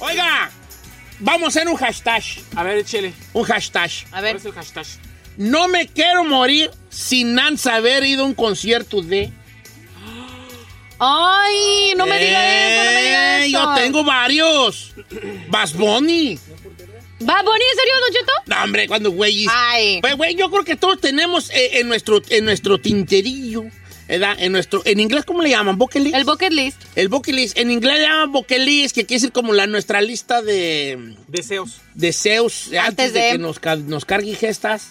Oiga, vamos a hacer un hashtag. A ver, échele. Un hashtag. A ver. ¿Cuál es el hashtag? No me quiero morir sin antes haber ido a un concierto de. Ay, no me diga eso, no me diga Eh, eso. Yo tengo varios. Bas Bunny. ¿Va Bonnie, en serio, Don Cheto? No, hombre, cuando güeyes. Ay. Güey, güey, yo creo que todos tenemos eh, en, nuestro, en nuestro tinterillo, ¿verdad? En nuestro. ¿En inglés cómo le llaman? ¿Bucket list? El bucket list. El bucket list. En inglés le llaman bucket list, que quiere decir como la, nuestra lista de Deseos. deseos antes, de, de- que nos, ca- nos cargue gestas.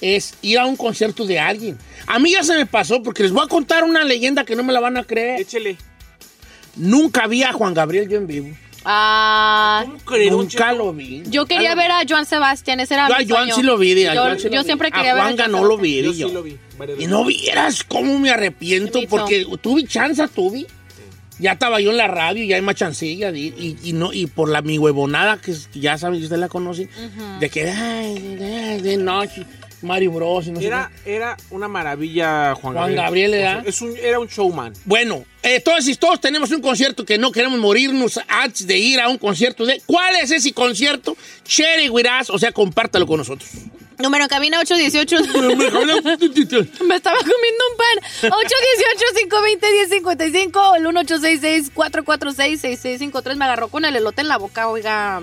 Es ir a un concierto de alguien. A mí ya se me pasó porque les voy a contar una leyenda que no me la van a creer. Échele. Nunca vi a Juan Gabriel yo en vivo. Ah, ¿Cómo creer, don Nunca Cheto? lo vi. yo quería ver a Joan Sebastián, ese era Yo a mi Joan sueño. sí lo vi. Yo, a Joan sí lo yo vi. siempre A quería ver Juanga Joan no lo Sebastián. vi. Yo Yo sí lo vi. varias Y veces. no vieras cómo me arrepiento, Sí, me hizo. porque tuve chanza, tuve. Ya estaba yo en la radio, ya hay más chancilla. de ir, Y, y no, y por la mi huevonada, que es- que ya saben, usted la conoce, de que, ay, ay, de noche, Mario Bros. y no sé Era, qué. era una maravilla, Juan Juan Gabriel. Gabriel, O sea, ¿verdad? es un, era un showman. Bueno, entonces todos tenemos un concierto que no queremos morirnos antes de ir a un concierto de. ¿Cuál es ese concierto? Cherry Wirás, o sea, compártalo con nosotros. Número en cabina 818. Me estaba comiendo un pan. 818-520-1055 o el 1866-446-6653. Me agarró con el elote en la boca, oiga.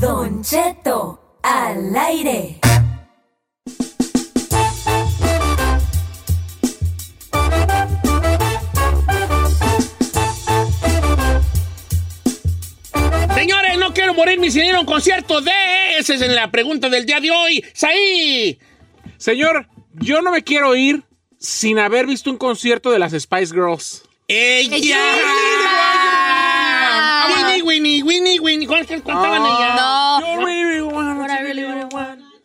Don Cheto, al aire. Señores, no quiero morirme sin ir a un concierto de. Esa es en la pregunta del día de hoy. ¡Saí! Señor, yo no me quiero ir sin haber visto un concierto de las Spice Girls. ¡Ella! ¡Ella! Winnie, Winnie, Winnie, Winnie. ¿Cuál cuál cantaban ella? No. Yo really wanna-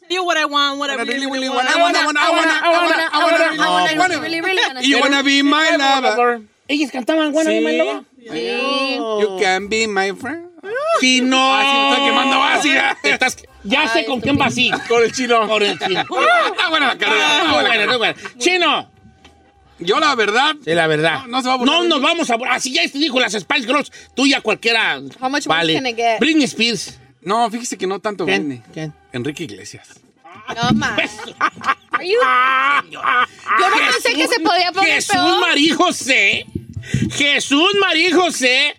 You what I want, what I really, really want. want. I wanna, I wanna, I wanna, I wanna, I wanna, I wanna. really, really wanna. You wanna be my lover. Ellas cantaban Wanna Be My Lover. You can be my friend. Sí, no. Ah, me está quemando ah, ácida. Estás- Ya sé con quién vas a ir. Con el chino. Con el chino. Está buena la carrera. Ah, está buena la bueno, carrera. no, bueno. Chino. Yo la verdad. Sí, la verdad. No, no se va a burlar. No nos vamos a burlar. Así ya te dijo las Spice Girls. Tú ya cualquiera. How much worse can I get? Britney Spears. No, fíjese que no tanto ¿Quién? Britney. ¿Quién? Enrique Iglesias. No, ma. Are you- Yo no pensé que se podía poner Jesús peor. María José. Jesús María José.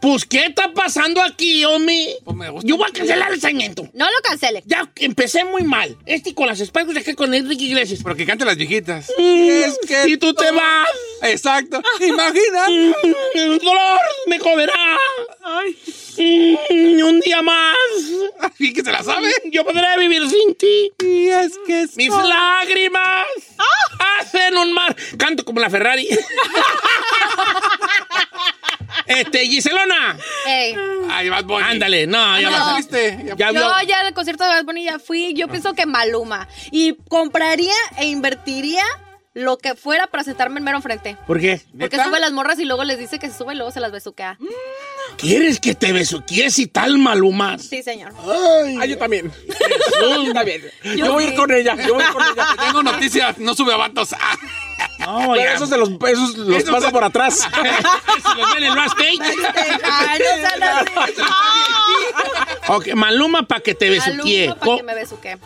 Pues, ¿qué está pasando aquí, Omi? Pues me gusta. Yo voy a cancelar el segmento. No lo cancele. Ya empecé muy mal. Este con las Spice Girls, que con Enrique Iglesias. Mm, Pero que cante las viejitas. es Si tú te vas, Mm, Exacto. Imagina. el dolor me comerá. Mm, Un día más. Mm, Y que se la sabe. Yo podré vivir sin ti. Y es que es. Ah. Mis lágrimas hacen un mar. Canto como la Ferrari. este, Giselona. Ey. Ay, Bad Bunny. Ándale, no, ya Ya la no. saliste. Ya- Ya Yo vio. ya al concierto de Bad Bunny ya fui. Yo pienso que Maluma. Y compraría e invertiría lo que fuera para sentarme en mero enfrente. ¿Por qué? Porque ¿Neta? sube las morras y luego les dice que se sube y luego se las besuquea. ¿Quieres que te beso? ¿Quieres y tal, Malumas? Sí, señor. Ah, yo también. Está bien. Yo, voy a ir con ella. Yo voy a ir con ella. Te Tengo noticias. No sube a vatos. Ah, No, Pero ya. esos, se los, esos los Esos pasa se- por atrás. Se los ven en el backstage. Ay, no sean así. Ok, Maluma para que te besuquee. Maluma para que me besuque.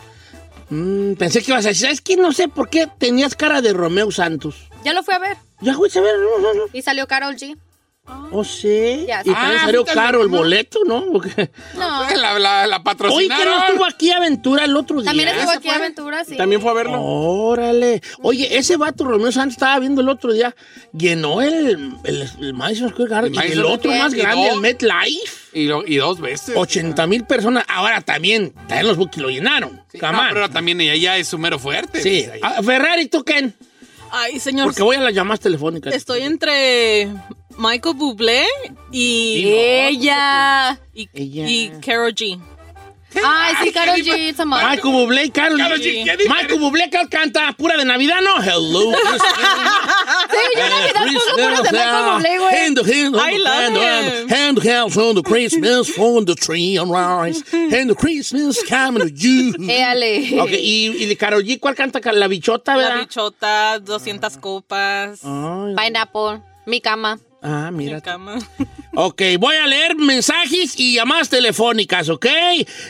Mm, pensé que ibas a decir, es que no sé por qué tenías cara de Romeo Santos. Ya lo fui a ver Ya, güey, a ver. no, no, no. y salió Carol G. Oh, sí. Ya Y sé. también Ah, salió ahorita caro el mismo. boleto, ¿no? Porque- No, La, la, la Oye, que no patrocinaron. estuvo aquí Aventura el otro día. también estuvo ¿Ese aquí fue? Aventura, sí. También fue a verlo. Órale. Oye, ese vato Romeo Santos estaba viendo el otro día, llenó el, el, el Madison Square Garden El y Madison el otro Square más Garden. grande, Llenó. el MetLife. Y, lo- y dos veces. 80 mil personas. Ahora también, también los Buki lo llenaron. Sí, Come no, on. pero también ella ya es su mero fuerte. Sí. Pues, ahí. Ah, Ferrari, ¿tú quién? Ay, señor. Porque voy a las llamadas telefónicas. Estoy entre Michael Bublé y Dilo. ella y, Ella. y Karol G. Ah, Ay, sí, Carol G, it's a must. Michael Bublé, Carlos. Karol G, ¿qué diferencia? Michael Bublé Carl canta pura de Navidad, ¿no? Hello. Sí, yo en Eh, Navidad pongo puras de Michael Bublé, güey. Hand to hand on I the love hand, him. hand, hand to hand on the Christmas on the tree and rise. And the Christmas coming to you. Éale. Ok, y, y de Karol G, ¿cuál canta? La bichota, La ¿verdad? bichota, 200 copas, Ay, Pineapple, mi cama. ah, mira. mi cama. Ok, voy a leer mensajes y llamadas telefónicas, ¿ok?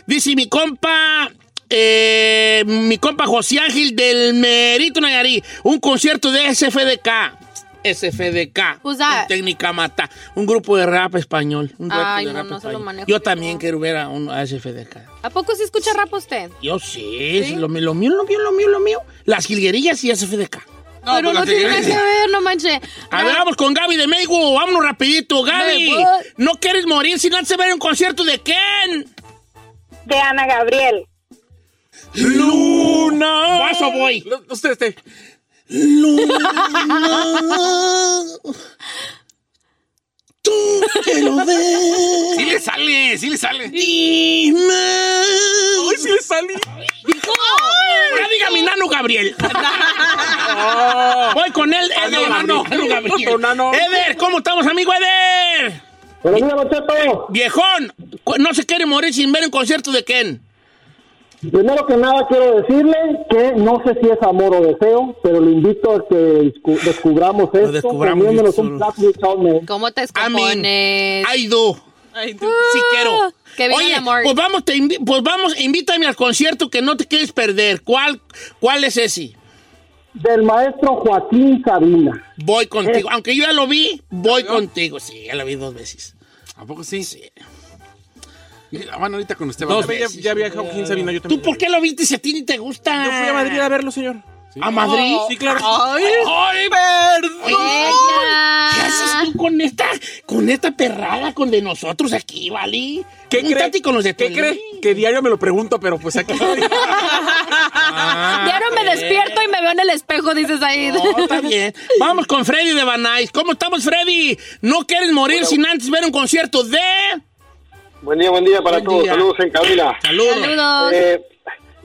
Dice mi compa, eh, mi compa José Ángel del Merito Nayarí, un concierto de SFDK. SFDK. Who's that? Técnica Mata. Un grupo de rap español. Un grupo Ay, de no, rap no se lo español. manejo Yo yo. también quiero ver a un a SFDK. ¿A poco sí escucha rap usted? Yo sí, sí, Lo, mío, lo mío, lo mío, lo mío, lo mío. Las jilguerillas y SFDK. No, pues, Pero no la tiene nada señora- que ver, no manches. A ver, vamos con Gaby de Meigo. Vámonos rapidito, Gaby. Me voy. ¿No quieres morir si no antes de ver un concierto de quién? de Ana Gabriel. Luna. ¿Vas o voy? Lo- Usted, usted. Luna. Tú que lo ves. Sí le sale, sí le sale. Dime. ¡Ay, sí le salí! Ahora diga mi nano Gabriel. Voy con él, Eder. Nano, Nano Gabriel. Don Nano. Eder, ¿cómo estamos, amigo Eder? Viejón, cu- no se quiere morir sin ver un concierto de Ken. Primero que nada quiero decirle que no sé si es amor o deseo, pero le invito a que descu- descubramos esto descubramos, comiéndonos solo. un plato de chow mein. ¿Cómo te I mean, escopones? ¡Uh! I do. Ay, tú. Sí quiero. Ah, que viva Oye, el amor. pues vamos, te invi- pues vamos, invítame al concierto que no te quieres perder. ¿Cuál, cuál es ese? Del maestro Joaquín Sabina. Voy contigo. Aunque yo ya lo vi, voy contigo. Sí, ya lo vi dos veces. ¿A poco sí? Ah, Bueno, ahorita con usted Dos vamos. Yo ya, ya viajé con quien Sabina, yo ¿Tú también. por qué lo viste si a ti ni te gusta? Yo fui a Madrid a verlo, señor. ¿A Madrid? Sí, claro. Ay, ¡Ay, perdón. ¿Qué ¡Ella! haces tú con esta, con esta perrada, con de nosotros aquí, Vali? ¿Qué Júntate cree? con los de tu ¿Qué cree? Que diario me lo pregunto, pero pues aquí estoy. Ya no me despierto y me veo en el espejo, dices ahí. No, está bien. Vamos con Freddy de Banais. ¿Cómo estamos, Freddy? No quieres morir sin antes ver un concierto de... Buen día, buen día para Buen todos. día. Saludos en cabina. Saludos. Saludos. Eh,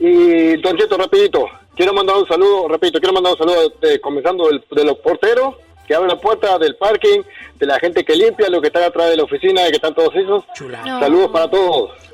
y Don Cheto, rapidito, quiero mandar un saludo, repito, quiero mandar un saludo eh, comenzando del- de los porteros que abren la puerta del parking, de la gente que limpia, los que están atrás de la oficina, que están todos esos. Chulada. No. Saludos para todos. abrazo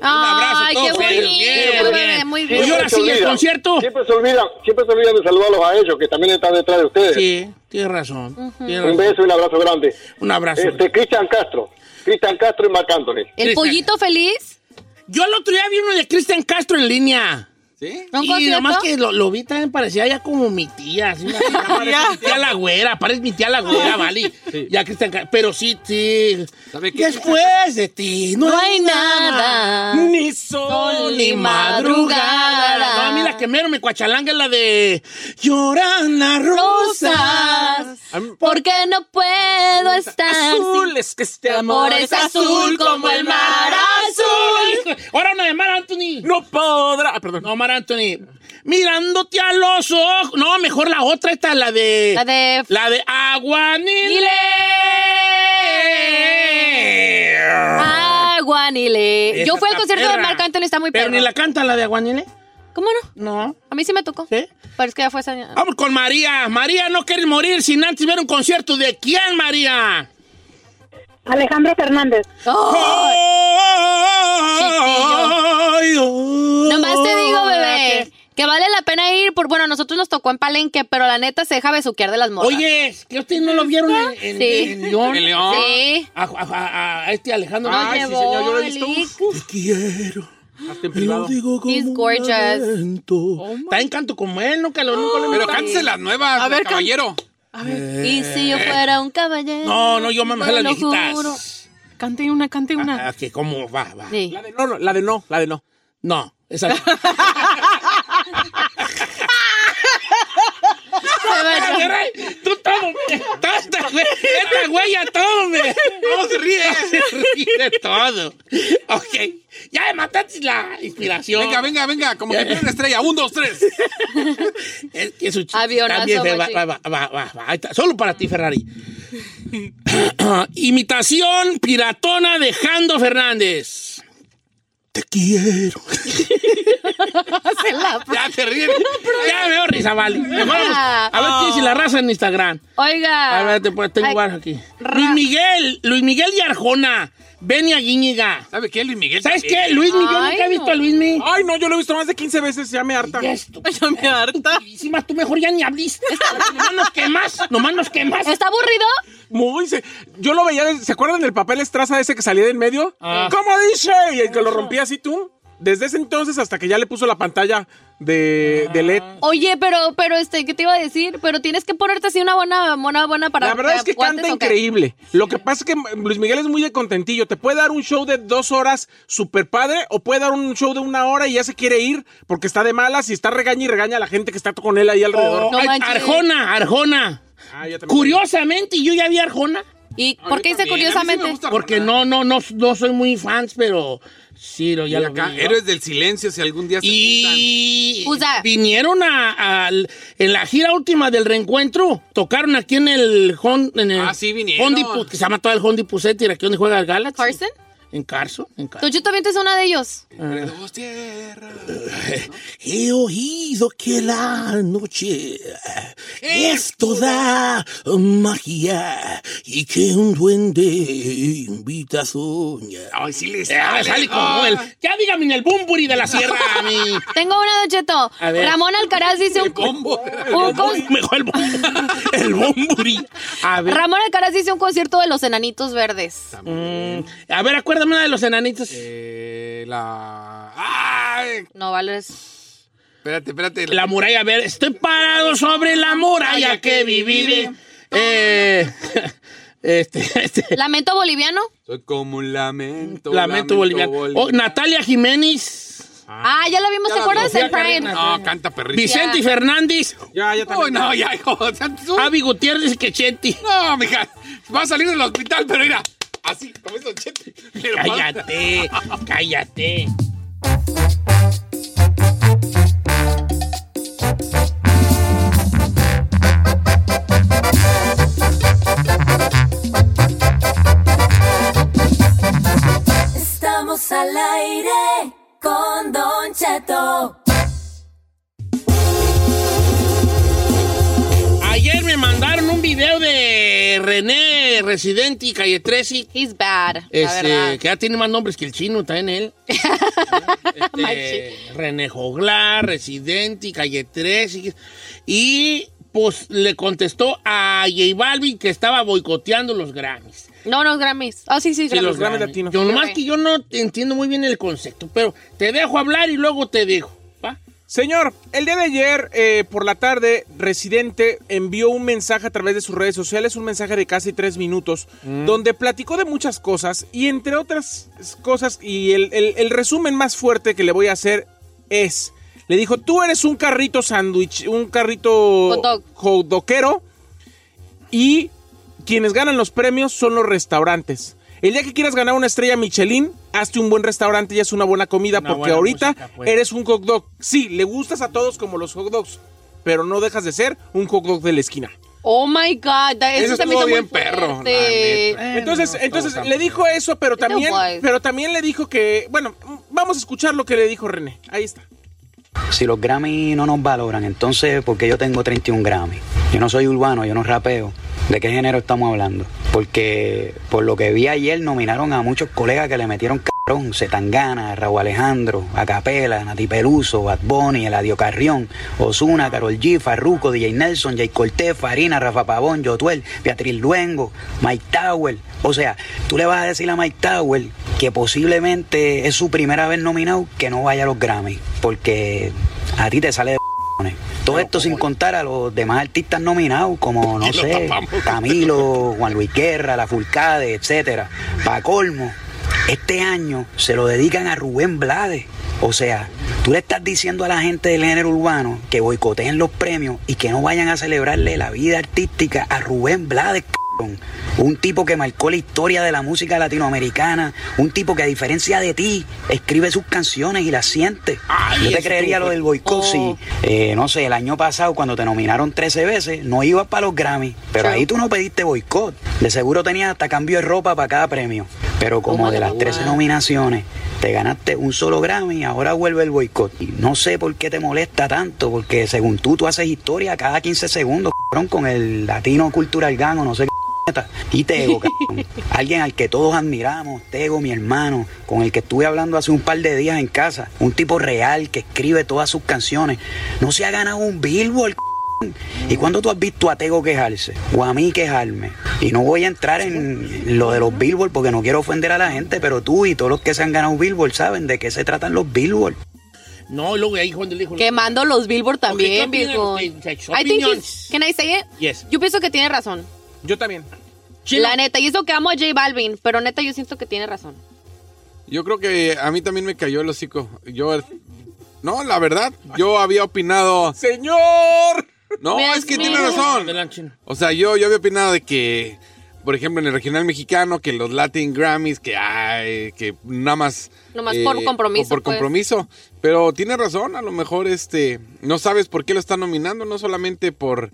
a Ay, qué todos, bonito. Freddy. Bien, muy bebé, bien. Muy Y bien. Pues ahora se sí, el olvidan, concierto. Siempre se olvidan, siempre se olvidan de saludarlos a ellos, que también están detrás de ustedes. Sí, tienes razón. tienes Un razón. beso y un abrazo grande. Un abrazo. Este, Cristian Castro, Cristian Castro y Marc Anthony. ¿El pollito feliz? Yo el otro día vi uno de Cristian Castro en línea. ¿Sí? ¿Un y concierto? nomás que lo, lo vi también parecía ya como mi tía. Así, una tía, parece mi tía la güera, parece mi tía la güera, vale. Ya Cristian Castro. Pero sí, sí. ¿Sabe qué? Después de ti no, No hay nada. Ni sol. Ni madrugada. No, a mí la que mero me cuachalanga es la de Lloran las rosas. Rosas. Porque no puedo estar sin Azul, es que este amor amor es azul como el mar azul. Hijo, Ahora una de Mar Anthony. No podrá. Ah, perdón. No, Mar Anthony. Mirándote a los ojos. No, mejor la otra, esta, la de. La de- La de Aguanile. Aguanile. Yo Esa fui al está concierto de perra. Marc Anthony, está muy Pero perro. ni la canta la de Aguanile. ¿Cómo no? No. A mí sí me tocó. ¿Sí? Ah. Pero es que ya fue ese año. Vamos con María. María, no quieres morir sin antes ver un concierto. ¿De quién, María? Alejandro Fernández. ¡Oh! Nomás Nomás te digo, bebé, que vale la pena ir. Por, bueno, a nosotros nos tocó en Palenque, pero la neta se deja besuquear de las morras. Oye, que ustedes no lo vieron en, en- Sí. en León. En León. Sí. A, a- a- a este Alejandro. Nos Ay, llevó señor, yo lo he el visto. Ic. te quiero. Hasta en privado. He's gorgeous. Oh Está en canto como él, nunca lo nunca lo he Pero notado. cántese las nuevas, A ver, can- caballero. A ver. Eh. Y si yo fuera un caballero. No, no, yo me te imagino lo las viejitas. juro. Cante una, cante una. Ah, que cómo va, va. Sí. La de no, no, la de no, la de no. No, esa no. Se va- Ay, Tú todo, tanta güey, esta güey ya todo me. No se ríe. Se ríe de todo. Ok, ya me mataste la inspiración. Venga, venga, venga, como que tiene una estrella. Un, dos, tres. Es que su chiste Avionazo, también se va, Mochi. va, va, va, va, va. Ahí está. Solo para ti, Ferrari. Imitación piratona de Jando Fernández. Te quiero. se la- Ya te ríes. ya me veo risa, vale. Mejor vamos. A ver Ah. qué dice la raza en Instagram. Oiga. A ver, te, pues, tengo Ah, Ay, varios aquí. ra- Luis Miguel, Luis Miguel y Arjona. Benia Guíñiga. ¿Sabe qué, Luis Miguel? ¿Sabes también. qué? Luis Miguel, yo Ay, nunca he visto no. a Luis Miguel. Ay, no, yo lo he visto más de 15 veces, ya me harta. Ya me harta. tú mejor ya ni habliste. nomás nos quemas, nomás nos quemas. ¿Está aburrido? Muy, se- yo lo veía, desde- ¿se acuerdan del papel estraza ese que salía del medio? Ah. ¿Cómo dice? Y el que lo rompía así tú. Desde ese entonces hasta que ya le puso la pantalla de, de LED. Oye, pero, pero, este, ¿qué te iba a decir? Pero tienes que ponerte así una buena, buena, buena para... la verdad es que guantes, canta ¿o qué? increíble. Lo que pasa es que Luis Miguel es muy de contentillo. Te puede dar un show de dos horas super padre o puede dar un show de una hora y ya se quiere ir porque está de malas y está regaña y regaña a la gente que está con él ahí alrededor. Oh, No ay, manches. Arjona, Arjona. Ah, ya también- Curiosamente, yo ya vi a Arjona. ¿Y por qué dice Bien, a mí sí me curiosamente? gusta Porque Arjona. no, no, no, no soy muy fans, pero sí, lo, ya Y lo acá, vi. héroes del silencio, si algún día se Y O sea- vinieron a, al- en la gira última del reencuentro, tocaron aquí en el Hon- en el Ah, sí, vinieron. Hondi- que se llama todo el Hondi Pusetti, aquí donde juega el Galaxy. ¿Carson? En Carson, en Carson. Tochito también es una de ellos. juntan. Dos tierras. He oído que la noche Eh, es toda magia y que un duende invita a soñar. Ay, sí les Ah, sale como Ah. el. Ya dígame en el Bumburi de la Sierra, a mí. Tengo una, Docheto. A ver. Ramón Alcaraz dice un... Combo. un con- Mejor el, Bum- el Bumburi. A ver, Ramón Alcaraz dice un concierto de los enanitos verdes. mm, a ver, acuérdame una de los enanitos. Eh, la. ¡Ay! No vales. Espérate, espérate. La muralla ver, Estoy parado sobre la muralla que viví. Eh, este, este. Lamento boliviano. Soy como un lamento. Lamento boliviano. Oh, Natalia Jiménez, Ah, ya lo vimos, ¿te acuerdas? En Prime. No, canta perrito. Vicente Fernández, Oh, Ya, ya Uy, también. no, ya, hijo. o sea, tú- Avi Gutiérrez y Quechetti. No, mija. Va a salir del hospital, pero mira. Así, como esos chetes. Pero- Cállate, cállate. Estamos al aire con Don Cheto. Ayer me mandaron un video de René Residente y Calle 13. He's bad, la Este, verdad. que ya tiene más nombres que el chino, está en él. Este, René Joglar, Residente y Calle 13. Y pues le contestó a J Balvin que estaba boicoteando los Grammys. No, los Grammys. Ah, sí, sí, Sí, Grammys. los Grammy Grammy Latino. Yo nomás Ok. que yo no entiendo muy bien el concepto, pero te dejo hablar y luego te digo. ¿va? Señor, el día de ayer eh, por la tarde, Residente envió un mensaje a través de sus redes sociales, un mensaje de casi tres minutos, donde platicó de muchas cosas y entre otras cosas, y el, el- el resumen más fuerte que le voy a hacer es, le dijo, tú eres un carrito sándwich, un carrito Hot dog. hot doguero, y quienes ganan los premios son los restaurantes. El día que quieras ganar una estrella Michelin, hazte un buen restaurante y haz una buena comida, Una porque buena ahorita música, pues. eres un hot dog. Sí, le gustas a todos como los hot dogs, pero no dejas de ser un hot dog de la esquina. Oh my God, that- eso, Eso se me estuvo hizo muy bien perro, la fuerte. Eh, entonces, no, entonces todos le dijo eso, pero Pero también, guay. pero también le dijo que, bueno, vamos a escuchar lo que le dijo René. Ahí está. Si los Grammy no nos valoran, entonces ¿por qué yo tengo 31 Grammy? Yo no soy urbano, yo no rapeo. ¿De qué género estamos hablando? Porque por lo que vi ayer nominaron a muchos colegas que le metieron cabrón, Setangana, Raúl Alejandro, Acapela, Nati Peluso, Bad Bunny, Eladio Carrión, Osuna, Carol G, Farruko, DJ Nelson, Jay Cortés, Farina, Rafa Pavón, Yotuel, Beatriz Luengo, Mike Tower. O sea, tú le vas a decir a Mike Tower que posiblemente es su primera vez nominado, que no vaya a los Grammy, porque a ti te sale de todo esto sin contar a los demás artistas nominados, como no lo sé, tapamos. Camilo, Juan Luis Guerra, La Fulcade, etcétera. Pa' colmo, este año se lo dedican a Rubén Blades. O sea, tú le estás diciendo a la gente del género urbano que boicoteen los premios y que no vayan a celebrarle la vida artística a Rubén Blades, cabrón. Un tipo que marcó la historia de la música latinoamericana, un tipo que a diferencia de ti, escribe sus canciones y las siente. Yo te creería lo del boicot si, eh, no sé, el año pasado cuando te nominaron 13 veces, no ibas para los Grammy, pero ahí tú no pediste boicot. De seguro tenías hasta cambio de ropa para cada premio. Pero como de las 13 nominaciones, te ganaste un solo Grammy, ahora vuelve el boicot. Y no sé por qué te molesta tanto, porque según tú, tú haces historia cada 15 segundos, cabrón, con el Latino Cultural Gang o no sé qué. puñeta. Y Tego, cabrón. alguien al que todos admiramos, Tego, mi hermano, con el que estuve hablando hace un par de días en casa, un tipo real que escribe todas sus canciones, no se ha ganado un Billboard. cabrón. ¿Y cuando tú has visto a Tego quejarse? O a mí quejarme. Y no voy a entrar en lo de los Billboard porque no quiero ofender a la gente, pero tú y todos los que se han ganado Billboard saben de qué se tratan los Billboard. No, luego ahí Juan le dijo... Quemando los Billboard también, ¿qué viejo. opinan I ustedes? Sus think opiniones. he's- can I say it? Yes. Yo pienso que tiene razón. Yo también. La neta, y eso que amo a J Balvin, pero neta yo siento que tiene razón. Yo creo que a mí también me cayó el hocico. Yo, no, la verdad, yo había opinado. ¡Señor! No, Me es que has tiene mirado. razón. Adelante, chino. O sea, yo, yo había opinado de que, por ejemplo, en el regional mexicano, que los Latin Grammys, que ay, que nada más. Nomás Eh, por compromiso, Por pues. compromiso. Pero tiene razón, a lo mejor este no sabes por qué lo están nominando, no solamente por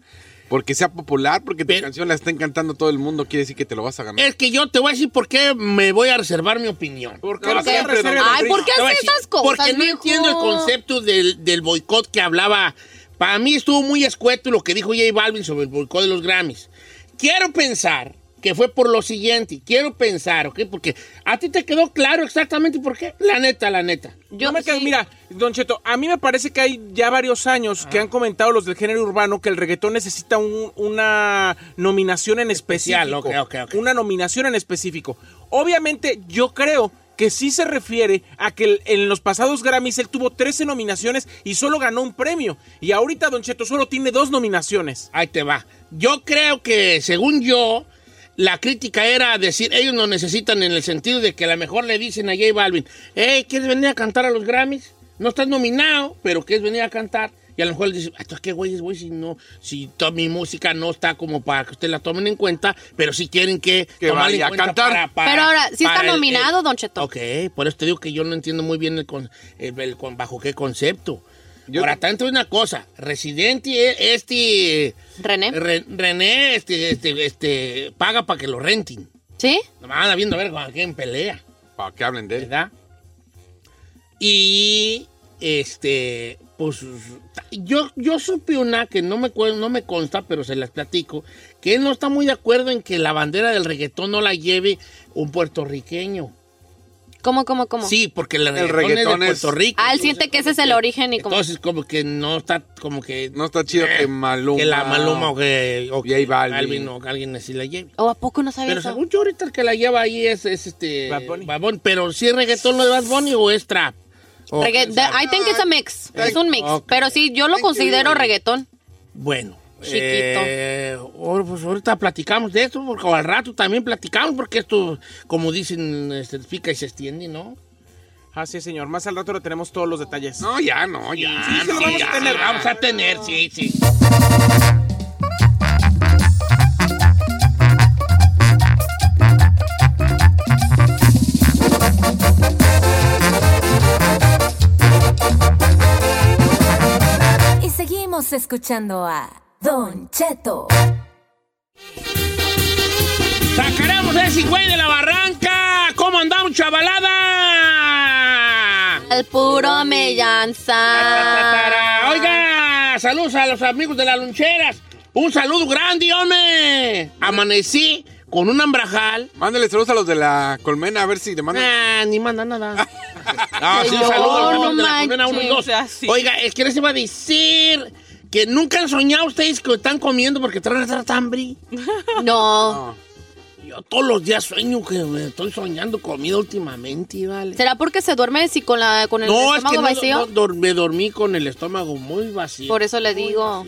porque sea popular, porque tu canción la está encantando todo el mundo, quiere decir que te lo vas a ganar. Es que yo te voy a decir por qué me voy a reservar mi opinión. ¿Por qué? ¿Por qué? Siempre, don Ay, ¿por qué Te voy a hace decir, esas cosas, Porque no viejo? entiendo el concepto del, del boicot que hablaba. Para mí estuvo muy escueto lo que dijo J Balvin sobre el boicot de los Grammys. Quiero pensar que fue por lo siguiente. Quiero pensar, ¿ok? Porque a ti te quedó claro exactamente por qué. La neta, la neta. No me quedo- Mira, Don Cheto, a mí me parece que hay ya varios años que han comentado los del género urbano que el reggaetón necesita un- una nominación en especial. Una nominación en específico. Obviamente, yo creo que sí se refiere a que el- en los pasados Grammys él tuvo 13 nominaciones y solo ganó un premio. Y ahorita Don Cheto solo tiene dos nominaciones. Ahí te va. Yo creo que, según yo, la crítica era decir, ellos no necesitan en el sentido de que a lo mejor le dicen a J Balvin, hey, ¿quieres venir a cantar a los Grammys? No estás nominado, pero ¿quieres venir a cantar? Y a lo mejor le dicen, "Ah, entonces, ¿qué güey es, güey? Si, no, si toda mi música no está como para que ustedes la tomen en cuenta, pero si quieren que, Que tomarla vaya en a cuenta cantar. para- para- pero ahora, sí está para el- nominado, Don Cheto. Ok, por eso te digo que yo no entiendo muy bien el con, el- el con- bajo qué concepto. Ahora, tanto una cosa, Residente, eh, este... eh, René. Re- René, este, este, este, paga para que lo renten. ¿Sí? Nomás anda viendo a ver con quién pelea, Para que hablen de él. ¿verdad? Y, este, pues, yo, yo supe una que no me, cuen- no me consta, pero se las platico, que él no está muy de acuerdo en que la bandera del reggaetón no la lleve un puertorriqueño. ¿Cómo, cómo, cómo? Sí, porque el reggaetón, reggaetón es de es- Puerto Rico. Ah, él siente que ese es el origen y como... Entonces, como que no está, como que... eh, No está chido que Maluma. Que la Maluma o que... o que J Balvin. Balvin o que alguien así la lleve. ¿O Oh, a poco no sabía Pero eso? según yo, ahorita el que la lleva ahí es, es este. Bad Bunny. Pero si es reggaetón, ¿no es Bad Bunny o es trap? O- Regga- I think it's a mix. es un mix. Ok. Pero sí, yo lo considero reggaetón. Bueno. Chiquito. eh, ahora, pues ahorita platicamos de esto, porque al rato también platicamos, porque esto, como dicen, este, pica y se extiende, ¿no? Ah, sí, señor. Más al rato le tenemos todos los detalles. No, ya, no, ya. Sí, lo vamos a tener. Vamos a tener, sí, sí. Y seguimos escuchando a Don Cheto. ¡Sacaremos a ese güey de la barranca! ¿Cómo andamos, chavalada? Al puro mellanza. Ah, Oiga, saludos a los amigos de las loncheras. Un saludo grande, hombre. Amanecí con un ambrajal. Mándale saludos a los de la colmena, a ver si te mandan. Ah, ni manda nada. Ah, sí, Señor, saludos a los amigos de la no colmena uno y dos. Oiga, es que les iba a decir que nunca han soñado ustedes que están comiendo porque traen tanta hambre. No. Yo todos los días sueño que me estoy soñando comida últimamente, ¿vale? ¿Será porque se duerme si con, la, con el No, es que estómago no, vacío? no, dor- me dormí con el estómago muy vacío. Por eso le digo.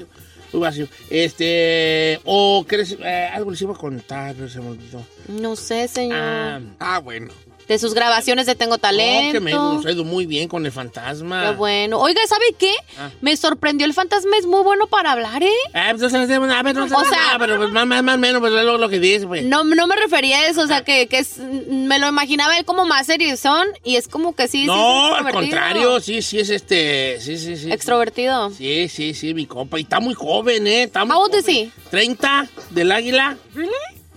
Muy vacío. Este, o crees, eh, algo les iba a contar, pero se me olvidó. No sé, señor. Ah, ah, bueno. De sus grabaciones de Tengo No, Talento. que me nos ha ido muy bien con el fantasma. Qué bueno. Oiga, ¿sabe qué? Ah. Me sorprendió el fantasma, es muy bueno para hablar, ¿eh? Ah, pues, no sé, a ver, no sé, O sea- ah, pero pues, más, más, más, menos, pues es lo, lo que dice, pues. No, no me refería a eso, o sea, Ah. que, que es- me lo imaginaba él como más seriezón y es como que sí, sí, es no, al extrovertido. contrario, sí, sí, es este, sí, sí, sí. Extrovertido. Sí, sí, sí, mi compa. Y está muy joven, ¿eh? Está muy How old joven. is he? 30 del águila.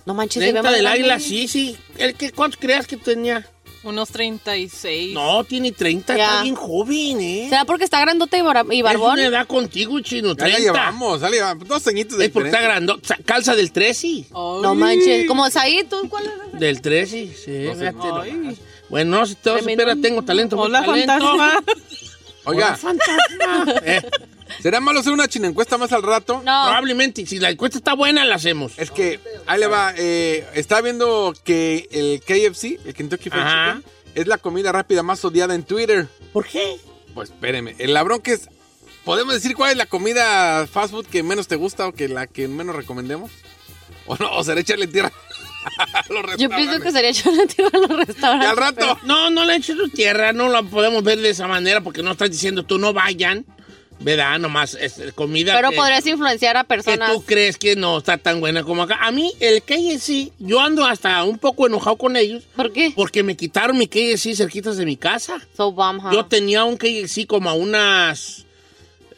No manches, se ve 30 más del grande. águila, sí, sí. ¿El que, ¿Cuántos creas que tenía? Unos 36. No, tiene 30, Ya. está bien joven, ¿eh? ¿Será porque está grandote y, bar- y Es barbón? una edad contigo, chino, Ya la 30. llevamos, ya la llevamos. Dos añitos de Es porque está grandota. Sa- Calza del 13. Oh. No manches, como Saí, ¿tú cuál es? Del 13, sí. No sé. fíjate nomás. Bueno, si te vas a esperar, tengo talento. muy Hola, talento. fantasma. Oiga, Oiga. Eh. ¿será malo hacer una china encuesta más al rato? Probablemente, si la encuesta está buena, la hacemos. Es que, ahí le va, eh, estaba viendo que el KFC, el Kentucky Fried Ajá. Chicken, es la comida rápida más odiada en Twitter. ¿Por qué? Pues espéreme, el labrón que es, ¿podemos decir cuál es la comida fast food que menos te gusta o que la que menos recomendemos? ¿O no? ¿O será echarle tierra a los Yo restaurantes? pienso que sería tiro a los restaurantes. al rato. No, no le eches tu tierra, no la podemos ver de esa manera porque no estás diciendo tú no vayan, ¿verdad? Nomás es eh, comida. Pero que- podrías influenciar a que personas. tú crees que no está tan buena como acá. A mí, el KFC, yo ando hasta un poco enojado con ellos. ¿Por qué? Porque me quitaron mi KFC cerquitas de mi casa. So bomb, huh? Yo tenía un KFC como a unas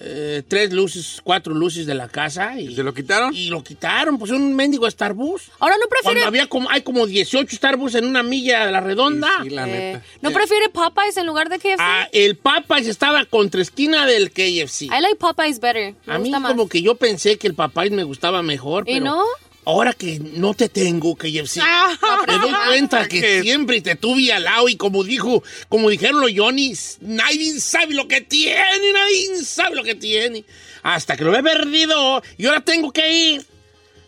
eh, tres luces, cuatro luces de la casa. ¿Y ¿Te lo quitaron? Y lo quitaron, pues un mendigo Starbucks. Ahora no prefiere, Cuando había como, hay como 18 Starbucks en una milla de la redonda. Sí, la neta. Eh, no prefiere Popeyes en lugar de KFC. Ah, el Popeyes estaba contra esquina del KFC. I like Popeyes better. Me a mí gusta más. como que yo pensé que el Popeyes me gustaba mejor, ¿Y pero no? Ah, ahora que no te tengo, KFC, Ah. me doy cuenta que siempre te tuve al lado y como dijo, como dijeron los Johnnies, nadie sabe lo que tiene, nadie sabe lo que tiene. Hasta que lo he perdido y ahora tengo que ir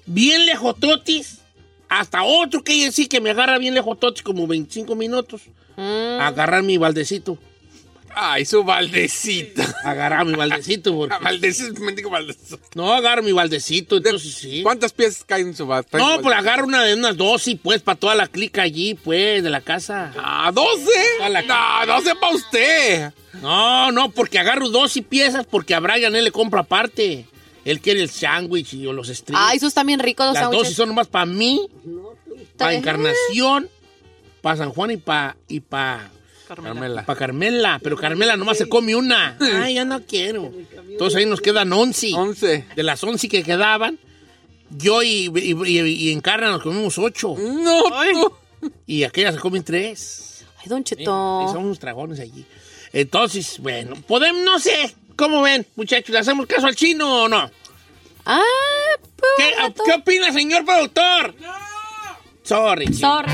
bien lejototis hasta otro KFC que me agarra bien lejototis como 25 minutos a agarrar mi baldecito. Ay, su baldecita. Agarrar mi baldecito. Porque... Baldecito, mendigo baldecito. No, agarro mi baldecito, entonces sí. ¿Cuántas piezas caen en su ba- trae su No, baldecito? pues agarro una de unas 12, pues, para toda la clica allí, pues, de la casa. Ah, 12. No, 12 para usted. No, no, porque agarro 12 piezas porque a Brian él le compra aparte. Él quiere el sándwich y o los strips. Ah, esos están bien ricos los Las 12 sándwiches. son nomás para mí, para Encarnación, para San Juan y para y pa, Carmela. pa Carmela. Pero Carmela nomás se come una. Ay, ya no quiero. Entonces ahí nos quedan 11. 11. De las 11 que quedaban, yo y, y, y- y Encarna nos comimos 8. No, tú. Y aquellas se comen 3. Ay, Don Sí, Cheto. son unos dragones allí. Entonces, bueno, podemos, no sé, ¿cómo ven, muchachos? ¿Le hacemos caso al chino o no? Ah, pues, ¿Qué, gato. ¿qué opina, señor productor? Sorry. chino. Sorry.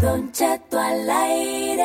Don Cheto al aire.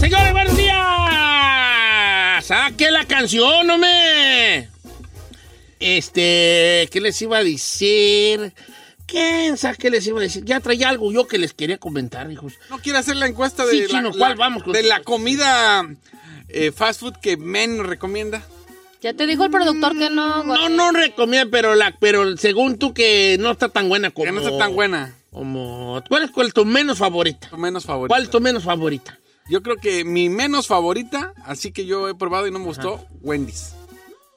Señores, buenos días. Saque la canción, hombre. Este, ¿qué les iba a decir? ¿Quién sabe qué les iba a decir? Ya traía algo yo que les quería comentar, hijos. ¿No quiere hacer la encuesta de, Sí, la, chino, la- ¿cuál? Vamos. de la comida eh, fast food que menos recomienda? Ya te dijo el productor que no. güey. Mm, No, no recomiendo, pero, la, pero según tú que no está tan buena como... Que no está tan buena. Como... ¿Cuál es cuál es tu menos favorita? Tu menos favorita. ¿Cuál es tu menos favorita? Yo creo que mi menos favorita, así que yo he probado y no me gustó, Wendy's.